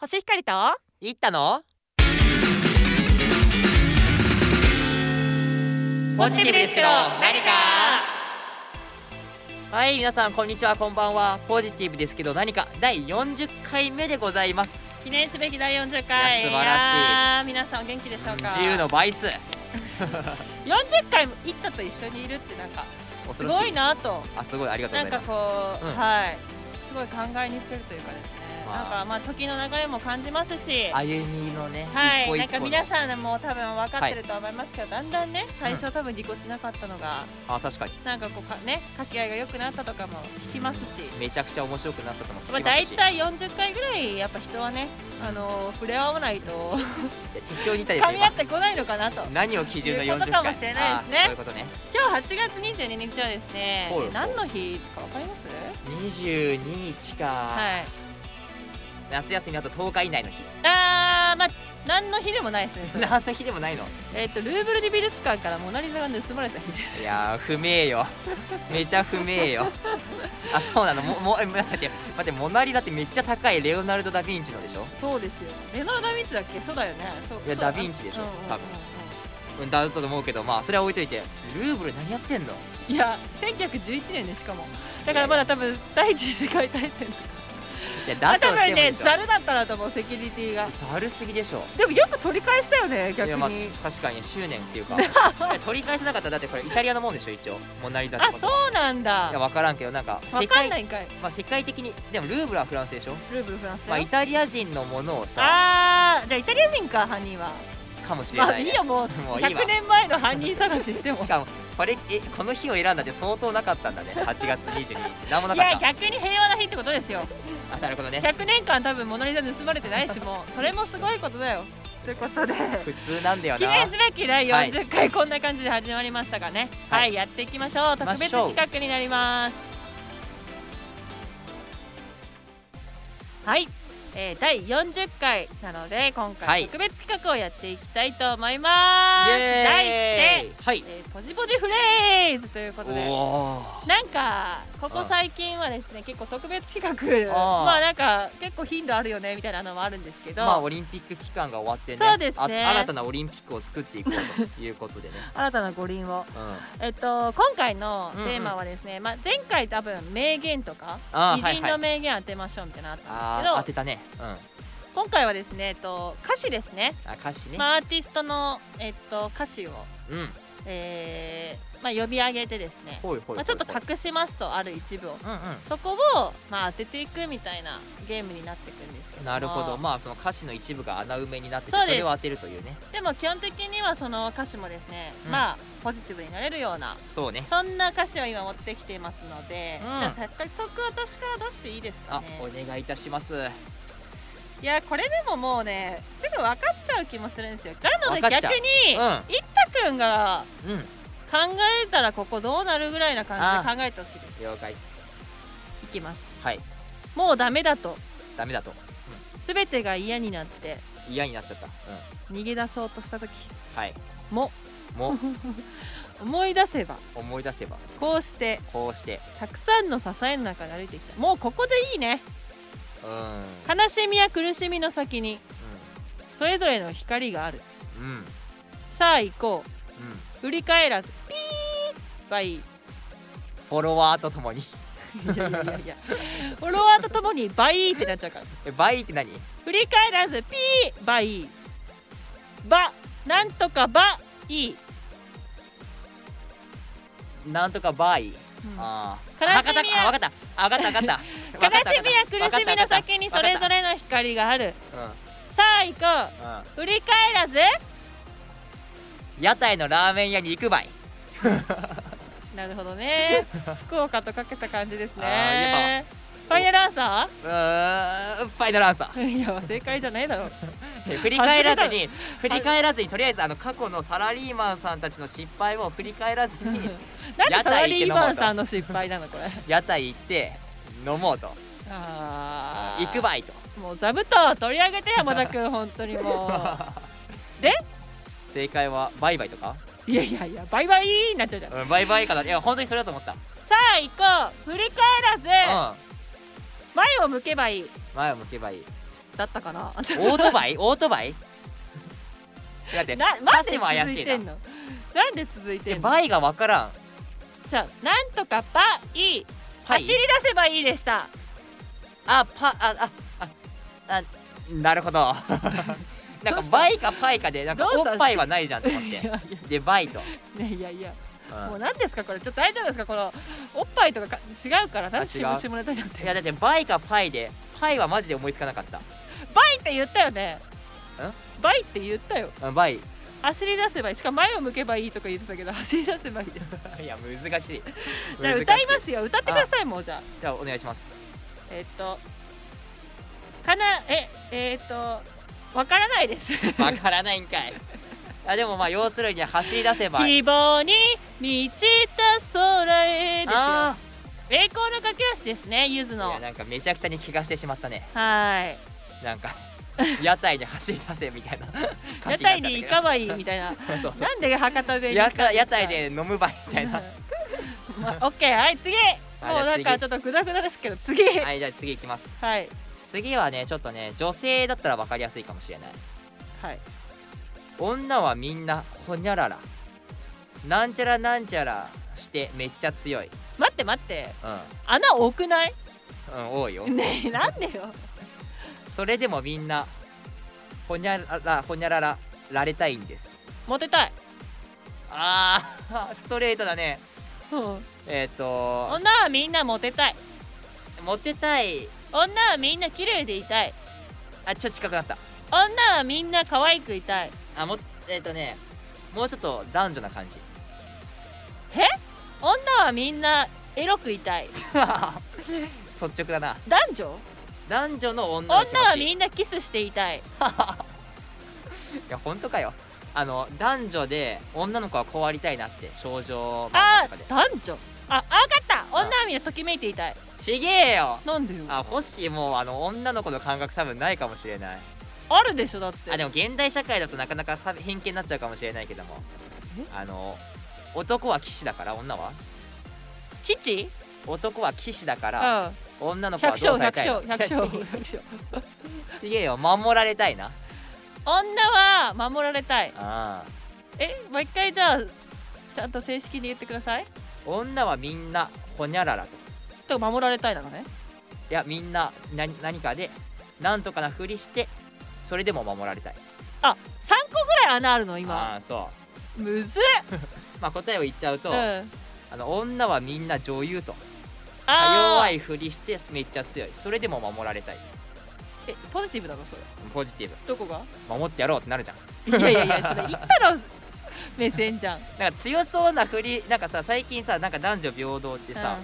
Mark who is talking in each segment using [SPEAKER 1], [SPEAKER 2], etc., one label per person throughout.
[SPEAKER 1] 星光と
[SPEAKER 2] 行ったのポジティブですけど何かはい皆さんこんにちはこんばんはポジティブですけど何か第40回目でございます
[SPEAKER 1] 記念すべき第40回
[SPEAKER 2] いや素晴らしい
[SPEAKER 1] いやー皆さんお元気でしょうか
[SPEAKER 2] 10の倍数
[SPEAKER 1] 40回も行ったと一緒にいるってなんかす
[SPEAKER 2] 恐ろし
[SPEAKER 1] ごいなと
[SPEAKER 2] あすごいありがとう
[SPEAKER 1] な
[SPEAKER 2] ご
[SPEAKER 1] ん
[SPEAKER 2] ざい
[SPEAKER 1] か
[SPEAKER 2] ます
[SPEAKER 1] こう、
[SPEAKER 2] うん
[SPEAKER 1] はいすごい考えにふけるというかですね、
[SPEAKER 2] まあ
[SPEAKER 1] なんかまあ時の流れも感じますし
[SPEAKER 2] 歩みのね、
[SPEAKER 1] は
[SPEAKER 2] 一歩
[SPEAKER 1] い、
[SPEAKER 2] 一
[SPEAKER 1] なん
[SPEAKER 2] 歩
[SPEAKER 1] か
[SPEAKER 2] の
[SPEAKER 1] 皆さんも多分分かってると思いますけど、だんだんね最初多分ぎこちなかったのが、
[SPEAKER 2] あ確かに
[SPEAKER 1] なんかこうかね掛け合いが良くなったとかも聞きますし、
[SPEAKER 2] めちゃくちゃ面白くなったとも
[SPEAKER 1] ま
[SPEAKER 2] 聞
[SPEAKER 1] あ、
[SPEAKER 2] きます
[SPEAKER 1] 大
[SPEAKER 2] し、
[SPEAKER 1] 体40回ぐらいやっぱ人はね、あのー触れ合わない と
[SPEAKER 2] 適当にいたでしょ
[SPEAKER 1] 噛み合っ
[SPEAKER 2] 今
[SPEAKER 1] てこないのかなと
[SPEAKER 2] 何を基準の
[SPEAKER 1] いう
[SPEAKER 2] 40
[SPEAKER 1] こと
[SPEAKER 2] 回
[SPEAKER 1] かもしれないですね
[SPEAKER 2] あそういうことね
[SPEAKER 1] 今日8月22日はですね
[SPEAKER 2] ほいほい
[SPEAKER 1] 何の日か分かります
[SPEAKER 2] 22日か、
[SPEAKER 1] はい
[SPEAKER 2] 夏休みあと10日以内の日
[SPEAKER 1] あーまあ何の日でもないですねそれ
[SPEAKER 2] 何の日でもないの
[SPEAKER 1] えっとルーブルディ美術館からモナ・リザが盗まれた日です
[SPEAKER 2] いやー不名誉めちゃ不名誉あそうなのももえ待って待ってモナ・リザってめっちゃ高いレオナルド・ダ・ヴィンチのでしょ
[SPEAKER 1] そうですよレノルダ・ヴィンチだっけそうだよねそう
[SPEAKER 2] いや
[SPEAKER 1] そう
[SPEAKER 2] ダヴィンチでしょ
[SPEAKER 1] うんうんうんうん
[SPEAKER 2] 多分うんだと思うけどまあそれは置いといてルーブル何やってんの
[SPEAKER 1] いや1911年ねしかもだからまだ多分第一次世界大戦とか
[SPEAKER 2] いやだと
[SPEAKER 1] 多
[SPEAKER 2] し
[SPEAKER 1] 分
[SPEAKER 2] てもで
[SPEAKER 1] ね
[SPEAKER 2] しょ
[SPEAKER 1] ざるだったなと思うセキュリティが
[SPEAKER 2] ざるすぎでしょ
[SPEAKER 1] でもよく取り返したよね逆
[SPEAKER 2] い
[SPEAKER 1] に、
[SPEAKER 2] やまあ確かに執念っ ていうかいや取り返せなかったらだってこれイタリアのもんでしょ一応モナ・リザって
[SPEAKER 1] あ
[SPEAKER 2] こと
[SPEAKER 1] そうなん
[SPEAKER 2] いや
[SPEAKER 1] だ
[SPEAKER 2] 分からんけどなんか
[SPEAKER 1] わか
[SPEAKER 2] 世
[SPEAKER 1] ん
[SPEAKER 2] 界
[SPEAKER 1] ないんかい
[SPEAKER 2] まあ、世界的にでもルーブルはフランスでしょ、
[SPEAKER 1] ルーブルフランス
[SPEAKER 2] まあ、イ
[SPEAKER 1] よ
[SPEAKER 2] タリア人のものをさ
[SPEAKER 1] あーじゃあイタリア人か犯人は
[SPEAKER 2] かもしれ
[SPEAKER 1] ま
[SPEAKER 2] な
[SPEAKER 1] あ
[SPEAKER 2] い、
[SPEAKER 1] い
[SPEAKER 2] ね
[SPEAKER 1] いよもう
[SPEAKER 2] もういいわ
[SPEAKER 1] 100年前の犯人探ししても
[SPEAKER 2] しかもこれえこの日を選んだって相当なかったんだね8月22日何もないか
[SPEAKER 1] や
[SPEAKER 2] った
[SPEAKER 1] 逆に平和な日ってことですよ
[SPEAKER 2] あなるほどね
[SPEAKER 1] 100年間多分モナ・リザ盗まれてないしもうそれもすごいことだよということで
[SPEAKER 2] 普通なんだよ
[SPEAKER 1] 記
[SPEAKER 2] な
[SPEAKER 1] 念すべき第40回こんな感じで始まりましたがねは、
[SPEAKER 2] はいい
[SPEAKER 1] やっていきましょう特別企画になりますはい、えー、第40回なので今
[SPEAKER 2] は
[SPEAKER 1] 回
[SPEAKER 2] い
[SPEAKER 1] 特別企画をやっていきたいと思います、題して、
[SPEAKER 2] イエーイはい
[SPEAKER 1] えーポジポジフレーズということで
[SPEAKER 2] お
[SPEAKER 1] なんかここ最近はですね結構特別企画
[SPEAKER 2] あー
[SPEAKER 1] まあなんか結構頻度あるよねみたいなのもあるんですけ
[SPEAKER 2] ー
[SPEAKER 1] ど、
[SPEAKER 2] まあオリンピック期間が終わってね
[SPEAKER 1] そうですね
[SPEAKER 2] あ新たなオリンピックを作っていこうということで ね、
[SPEAKER 1] 新たな五輪を
[SPEAKER 2] うん、
[SPEAKER 1] えっと、今回のテーマはですね、まあ、前回多分名言とか
[SPEAKER 2] あー
[SPEAKER 1] 偉
[SPEAKER 2] はい
[SPEAKER 1] 人
[SPEAKER 2] は
[SPEAKER 1] の
[SPEAKER 2] い
[SPEAKER 1] 名言当てましょうみたいなのあったんですけど、
[SPEAKER 2] あー当てたねうんあ
[SPEAKER 1] 今回はですね、えっと、歌詞ですね、
[SPEAKER 2] 歌詞ね、
[SPEAKER 1] まあ、アーティストの、えっと、歌詞を、
[SPEAKER 2] うん
[SPEAKER 1] えーまあ、呼び上げてですね、
[SPEAKER 2] ほいほいほいほい
[SPEAKER 1] まあ、ちょっと隠しますとある一部を
[SPEAKER 2] うんうん
[SPEAKER 1] そこを、まあ、当てていくみたいなゲームになっていくんですけども
[SPEAKER 2] なるほどまあその歌詞の一部が穴埋めになってて
[SPEAKER 1] そうで
[SPEAKER 2] そ
[SPEAKER 1] す
[SPEAKER 2] れを当てるというね
[SPEAKER 1] でも基本的にはその歌詞もですね、
[SPEAKER 2] うん
[SPEAKER 1] まあポジティブになれるような
[SPEAKER 2] そうね
[SPEAKER 1] そんな歌詞を今持ってきていますので、
[SPEAKER 2] うん
[SPEAKER 1] じゃあ早速私から出していいですか
[SPEAKER 2] あ
[SPEAKER 1] ね
[SPEAKER 2] お願いいたします
[SPEAKER 1] いやこれでももうねすぐ分かっちゃう気もするんですよなので
[SPEAKER 2] 分かっ
[SPEAKER 1] 逆
[SPEAKER 2] ちゃう
[SPEAKER 1] に、
[SPEAKER 2] う
[SPEAKER 1] いったくんが
[SPEAKER 2] んうん
[SPEAKER 1] 考えたらここどうなるぐらいな感じで考えてほしいです
[SPEAKER 2] 了解
[SPEAKER 1] いきます
[SPEAKER 2] はい
[SPEAKER 1] もうダメだと
[SPEAKER 2] ダメだと
[SPEAKER 1] 全てが嫌になって
[SPEAKER 2] 嫌になっちゃった、うん、
[SPEAKER 1] 逃げ出そうとした時
[SPEAKER 2] はい
[SPEAKER 1] も
[SPEAKER 2] も
[SPEAKER 1] 思い出せば
[SPEAKER 2] 思い出せば
[SPEAKER 1] こうして
[SPEAKER 2] こうして
[SPEAKER 1] たくさんの支えの中で歩いてきたもうここでいいね
[SPEAKER 2] うんう
[SPEAKER 1] 悲しみや苦しみの先にそれぞれの光がある
[SPEAKER 2] んうんうん
[SPEAKER 1] さあ行こう振り返らずピーバイい
[SPEAKER 2] フォロワーとともに
[SPEAKER 1] やいやいやいやフォロワーとともにバイってなっちゃうから
[SPEAKER 2] え倍って何
[SPEAKER 1] 振り返らずピーバイバなんとかバイ、うん
[SPEAKER 2] なんとか倍、ああ
[SPEAKER 1] 悲
[SPEAKER 2] わ
[SPEAKER 1] し
[SPEAKER 2] かっ
[SPEAKER 1] み
[SPEAKER 2] た
[SPEAKER 1] や
[SPEAKER 2] あわかったわかったわかったわかった
[SPEAKER 1] 悲しみや苦しみの先にそれぞれ
[SPEAKER 2] れ
[SPEAKER 1] の光がある
[SPEAKER 2] うんうん
[SPEAKER 1] さあ行こう振り返らず
[SPEAKER 2] 屋台のラーメン屋に行く倍
[SPEAKER 1] なるほど ね福岡とかけた感じです
[SPEAKER 2] あーや
[SPEAKER 1] ねファイナルアンサ
[SPEAKER 2] うーんファイナルアンサー
[SPEAKER 1] ーいや正解じゃない だろう
[SPEAKER 2] え振り返らずに振り返らずにとりあえずあの過去のサラリーマンさんたちの失敗を振り返らずに
[SPEAKER 1] なんでサラリーマンさんの失敗なのこれ
[SPEAKER 2] 屋台行って飲もうと
[SPEAKER 1] あー
[SPEAKER 2] 行くばいと
[SPEAKER 1] もう座布団取り上 げて山田君本当にもうで
[SPEAKER 2] 正解はバイバイとか、
[SPEAKER 1] いやいやいやバイバイになっちゃうじゃんさ
[SPEAKER 2] うん、バイバイかないや本当にそれだと思った、
[SPEAKER 1] あ行こう振り返らず
[SPEAKER 2] うん
[SPEAKER 1] 前を向けばいい
[SPEAKER 2] 前を向けばいい
[SPEAKER 1] だったかな
[SPEAKER 2] オートバイオートバイだって
[SPEAKER 1] ななん
[SPEAKER 2] 歌
[SPEAKER 1] で
[SPEAKER 2] 詞も怪
[SPEAKER 1] 続
[SPEAKER 2] し
[SPEAKER 1] い
[SPEAKER 2] い
[SPEAKER 1] て
[SPEAKER 2] なん
[SPEAKER 1] のなんで続いて
[SPEAKER 2] え
[SPEAKER 1] んの
[SPEAKER 2] バイがわからん
[SPEAKER 1] じゃあなんとかバイ
[SPEAKER 2] はい
[SPEAKER 1] 走り出せばいいでした
[SPEAKER 2] あパああああなる ほどなん
[SPEAKER 1] どう
[SPEAKER 2] か
[SPEAKER 1] した
[SPEAKER 2] バイかパイかでなんか
[SPEAKER 1] どう
[SPEAKER 2] お
[SPEAKER 1] した
[SPEAKER 2] っぱいはないじゃんと思っ
[SPEAKER 1] いやい
[SPEAKER 2] て
[SPEAKER 1] や
[SPEAKER 2] でバイと、
[SPEAKER 1] ねいやいや
[SPEAKER 2] うん
[SPEAKER 1] もう何ですかこれちょっと大丈夫ですかこのおっぱいとかか違うからなんで下
[SPEAKER 2] あ違う
[SPEAKER 1] 下ネタになって
[SPEAKER 2] い
[SPEAKER 1] る
[SPEAKER 2] やだってバイかパイでパイはマジで思いつかなかった
[SPEAKER 1] バイって言ったよねバイって言ったよ
[SPEAKER 2] うんバイ い
[SPEAKER 1] 走り出せばいいしかも前を向けばいいとか言ってたけど走り出せ ばいいじ
[SPEAKER 2] や難し
[SPEAKER 1] ゃあ
[SPEAKER 2] い難し
[SPEAKER 1] 歌いますよ歌ってくださいもうじゃあ
[SPEAKER 2] じゃあお願いします
[SPEAKER 1] えっとかなええっとわからないです
[SPEAKER 2] わからないんかいあでもまあ要するに走り出せばいい
[SPEAKER 1] 希望に満ちた空へですよ
[SPEAKER 2] あ
[SPEAKER 1] 栄光の架け橋ですねゆず
[SPEAKER 2] ーい
[SPEAKER 1] の
[SPEAKER 2] やなんかめちゃくちゃに気がしてしまったね
[SPEAKER 1] はい
[SPEAKER 2] なん か屋台で走り出せみたいな
[SPEAKER 1] 屋台に行かばいいみたい な
[SPEAKER 2] たいなそう
[SPEAKER 1] なんで博多弁に
[SPEAKER 2] や
[SPEAKER 1] したんですか
[SPEAKER 2] 屋台で飲むばいみたいな
[SPEAKER 1] まあオッケーはい次
[SPEAKER 2] はい
[SPEAKER 1] もうなん
[SPEAKER 2] じ
[SPEAKER 1] か
[SPEAKER 2] ゃあ次
[SPEAKER 1] ちょっとグダグダですけど次はい、
[SPEAKER 2] はいじゃあ次いきます
[SPEAKER 1] はい
[SPEAKER 2] 次はねちょっとね女性だったら分かりやすいかもしれない女はみんなほにゃららなんちゃらなんちゃらしてめっちゃ強い
[SPEAKER 1] 待って待って
[SPEAKER 2] う
[SPEAKER 1] 穴多くない
[SPEAKER 2] ん、うん、多いよ
[SPEAKER 1] ねえなんでよ
[SPEAKER 2] それでもみんなほにゃららほにゃららられたいんです
[SPEAKER 1] モテたい、
[SPEAKER 2] あーストレートだね
[SPEAKER 1] うん、
[SPEAKER 2] えっ、と
[SPEAKER 1] 女はみんなモテたい
[SPEAKER 2] モテたい
[SPEAKER 1] 女はみんな綺麗でいたい
[SPEAKER 2] あちょっと近くなった
[SPEAKER 1] 女はみんな可愛くいたい
[SPEAKER 2] あもえっ、とねもうちょっと男女な感じ
[SPEAKER 1] 女はみんなエロくいたい
[SPEAKER 2] 率直だな
[SPEAKER 1] 男女
[SPEAKER 2] 男女の女の気持
[SPEAKER 1] 女は
[SPEAKER 2] ち
[SPEAKER 1] みんなキスしていたい
[SPEAKER 2] いや本当かよあの男女で女の子はこうありたいなって症状漫画
[SPEAKER 1] あ
[SPEAKER 2] とかで
[SPEAKER 1] 男女ああ分かった女はみんなときめいていたい
[SPEAKER 2] ちげえよ
[SPEAKER 1] なんでよあ
[SPEAKER 2] あホッシーもうあの女の子の感覚多分ないかもしれない
[SPEAKER 1] るでしょだって
[SPEAKER 2] あでも現代社会だとなかなか差偏見になっちゃうかもしれないけどもあの男は騎士だから女は
[SPEAKER 1] 基地
[SPEAKER 2] 男は騎士だか
[SPEAKER 1] う
[SPEAKER 2] ら
[SPEAKER 1] ん
[SPEAKER 2] 女の子は
[SPEAKER 1] 百
[SPEAKER 2] ど
[SPEAKER 1] 姓
[SPEAKER 2] うされ
[SPEAKER 1] 百
[SPEAKER 2] たい
[SPEAKER 1] 姓百姓
[SPEAKER 2] い
[SPEAKER 1] 百
[SPEAKER 2] や
[SPEAKER 1] 姓
[SPEAKER 2] ちげえよ守られたいな
[SPEAKER 1] 女は守られたい
[SPEAKER 2] ああ
[SPEAKER 1] えもう一回じゃあちゃんと正式に言ってください
[SPEAKER 2] 女はみんなほにゃらら
[SPEAKER 1] と
[SPEAKER 2] と
[SPEAKER 1] 守られたいなのね
[SPEAKER 2] いやみんな何何かでなんとかなふりしてそれでも守られたい
[SPEAKER 1] あ三3個ぐらい穴あるの今
[SPEAKER 2] ああそう
[SPEAKER 1] むずっ
[SPEAKER 2] まあ答えを言っちゃうと、
[SPEAKER 1] うんあ
[SPEAKER 2] あの女はみんな女優と
[SPEAKER 1] ー
[SPEAKER 2] 弱いふりしてめっちゃ強いそれでも守られたい
[SPEAKER 1] えポジティブなのそれ
[SPEAKER 2] ポジティブ
[SPEAKER 1] どこ が
[SPEAKER 2] 守ってやろうってなるじゃん
[SPEAKER 1] いやいやいやそれ言ったの目線じゃん
[SPEAKER 2] なんか強そうなふりなんかさ最近さなんか男女平等ってさ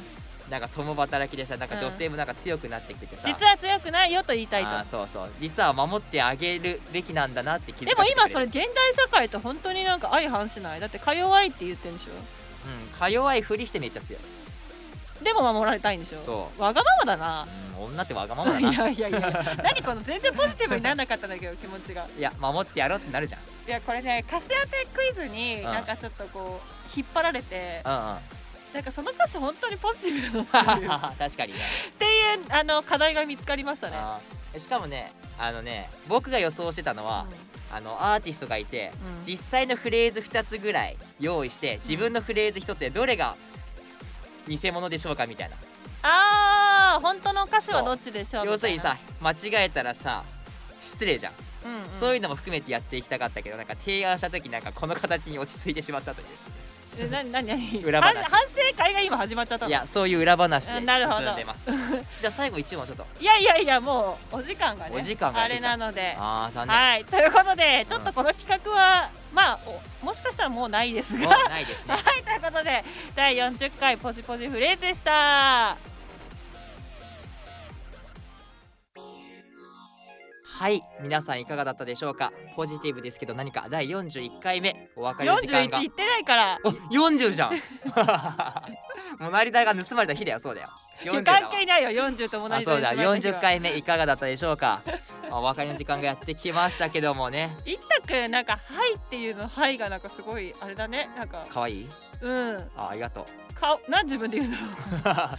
[SPEAKER 1] うん、
[SPEAKER 2] なんか共働きでさなんか
[SPEAKER 1] うん
[SPEAKER 2] 女性もなんか強くなってきててさ、
[SPEAKER 1] 実は強くないよと言いたい
[SPEAKER 2] あー
[SPEAKER 1] と
[SPEAKER 2] そうそう実は守ってあげるべきなんだなって気づか
[SPEAKER 1] で
[SPEAKER 2] せてく
[SPEAKER 1] も
[SPEAKER 2] れる
[SPEAKER 1] 今それ現代社会と本当になんか相反しないだってか弱いって言ってんでしょ
[SPEAKER 2] うんか弱いふりしてめっちゃ強い
[SPEAKER 1] でも守られたいんでしょ
[SPEAKER 2] そ
[SPEAKER 1] わがままだな
[SPEAKER 2] う、うん、女ってわがまま だ
[SPEAKER 1] い
[SPEAKER 2] ない
[SPEAKER 1] やいやいや何この全然ポジティブにならなかったんだけど気持ちが
[SPEAKER 2] いや守ってやろうってなるじゃん
[SPEAKER 1] いやこれね歌詞当てクイズに
[SPEAKER 2] ん
[SPEAKER 1] なんかちょっとこう引っ張られて
[SPEAKER 2] うんうん
[SPEAKER 1] なんかその歌詞本当にポジティブだなって いうっ
[SPEAKER 2] 確かにね
[SPEAKER 1] ていうあの課題が見つかりましたね
[SPEAKER 2] あーしかもねあのね僕が予想してたのは、あのアーティストがいて、
[SPEAKER 1] うん
[SPEAKER 2] 実際のフレーズ2つぐらい用意して自分のフレーズ1つでどれが偽物でしょうかみたいな
[SPEAKER 1] ああ本当の歌詞はどっちでしょう
[SPEAKER 2] 要するに
[SPEAKER 1] みたい
[SPEAKER 2] さ間違えたらさ失礼じゃん、
[SPEAKER 1] なうんうん
[SPEAKER 2] そういうのも含めてやっていきたかったけどなんか提案した時なんかこの形に落ち着いてしまったとい
[SPEAKER 1] え何何何
[SPEAKER 2] 裏話
[SPEAKER 1] 反反省会が今始まっちゃった
[SPEAKER 2] う
[SPEAKER 1] の
[SPEAKER 2] いやそういう裏話で
[SPEAKER 1] う
[SPEAKER 2] 進
[SPEAKER 1] ん
[SPEAKER 2] ん
[SPEAKER 1] なるほど
[SPEAKER 2] でます じゃあ最後1問ちょっと
[SPEAKER 1] いやいやいやもうお時間がね
[SPEAKER 2] お時間が
[SPEAKER 1] あ
[SPEAKER 2] やって
[SPEAKER 1] れ
[SPEAKER 2] きた
[SPEAKER 1] なので
[SPEAKER 2] ああ残念、
[SPEAKER 1] はいということでちょっとこの企画は、まあおもしかしたらもうないです
[SPEAKER 2] も
[SPEAKER 1] がは
[SPEAKER 2] うないです ね
[SPEAKER 1] いということで第40回ポジポジフレーズでした
[SPEAKER 2] はい皆さんいかがだったでしょうかポジティブですけど何か第41回目お別れの時間が
[SPEAKER 1] 41いってないから
[SPEAKER 2] お40じゃん モナリザが盗まれた日だよそうだよ
[SPEAKER 1] いや
[SPEAKER 2] 40だわ
[SPEAKER 1] 関係ないよ40と同
[SPEAKER 2] あ
[SPEAKER 1] じ
[SPEAKER 2] そうだ40
[SPEAKER 1] 40
[SPEAKER 2] 回目いかがだったでしょうかまあお別れの時間がやってきましたけどもね
[SPEAKER 1] いったくんなんか「はい」っていうの「はい」がなんかすごいあれだねなんか
[SPEAKER 2] かわいい
[SPEAKER 1] うん
[SPEAKER 2] あありが とう
[SPEAKER 1] 顔 なん自分で言うのなんか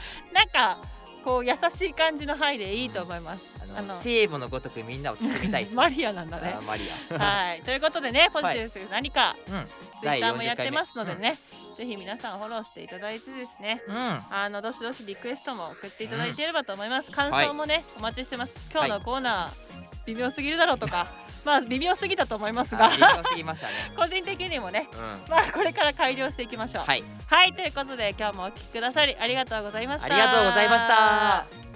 [SPEAKER 1] こう優しい感じの「はい」でいいと思います
[SPEAKER 2] の
[SPEAKER 1] あの
[SPEAKER 2] 聖母のごとくみんなを包みたいです、ね、
[SPEAKER 1] マリアなんだね
[SPEAKER 2] あ。マリア
[SPEAKER 1] はい、ということでね、ポジティブですが何か
[SPEAKER 2] うん
[SPEAKER 1] ツイッターも
[SPEAKER 2] 第40
[SPEAKER 1] やってますので
[SPEAKER 2] 回
[SPEAKER 1] ね、ぜひ皆さんフォローしていただいてですね、
[SPEAKER 2] 目うん
[SPEAKER 1] あのどしどしリクエストも送っていただいていればと思います。感想もね、お待ちしてます。今日のコーナー、微妙すぎるだろうと か、まあ微妙すぎたと思います
[SPEAKER 2] あ
[SPEAKER 1] が、
[SPEAKER 2] 微妙すぎましたね
[SPEAKER 1] 個人的にもね、
[SPEAKER 2] うん
[SPEAKER 1] まあこれから改良していきましょう。
[SPEAKER 2] はい
[SPEAKER 1] はい、ということで今日もお聞きくださりありがとうございました。
[SPEAKER 2] ありがとうございました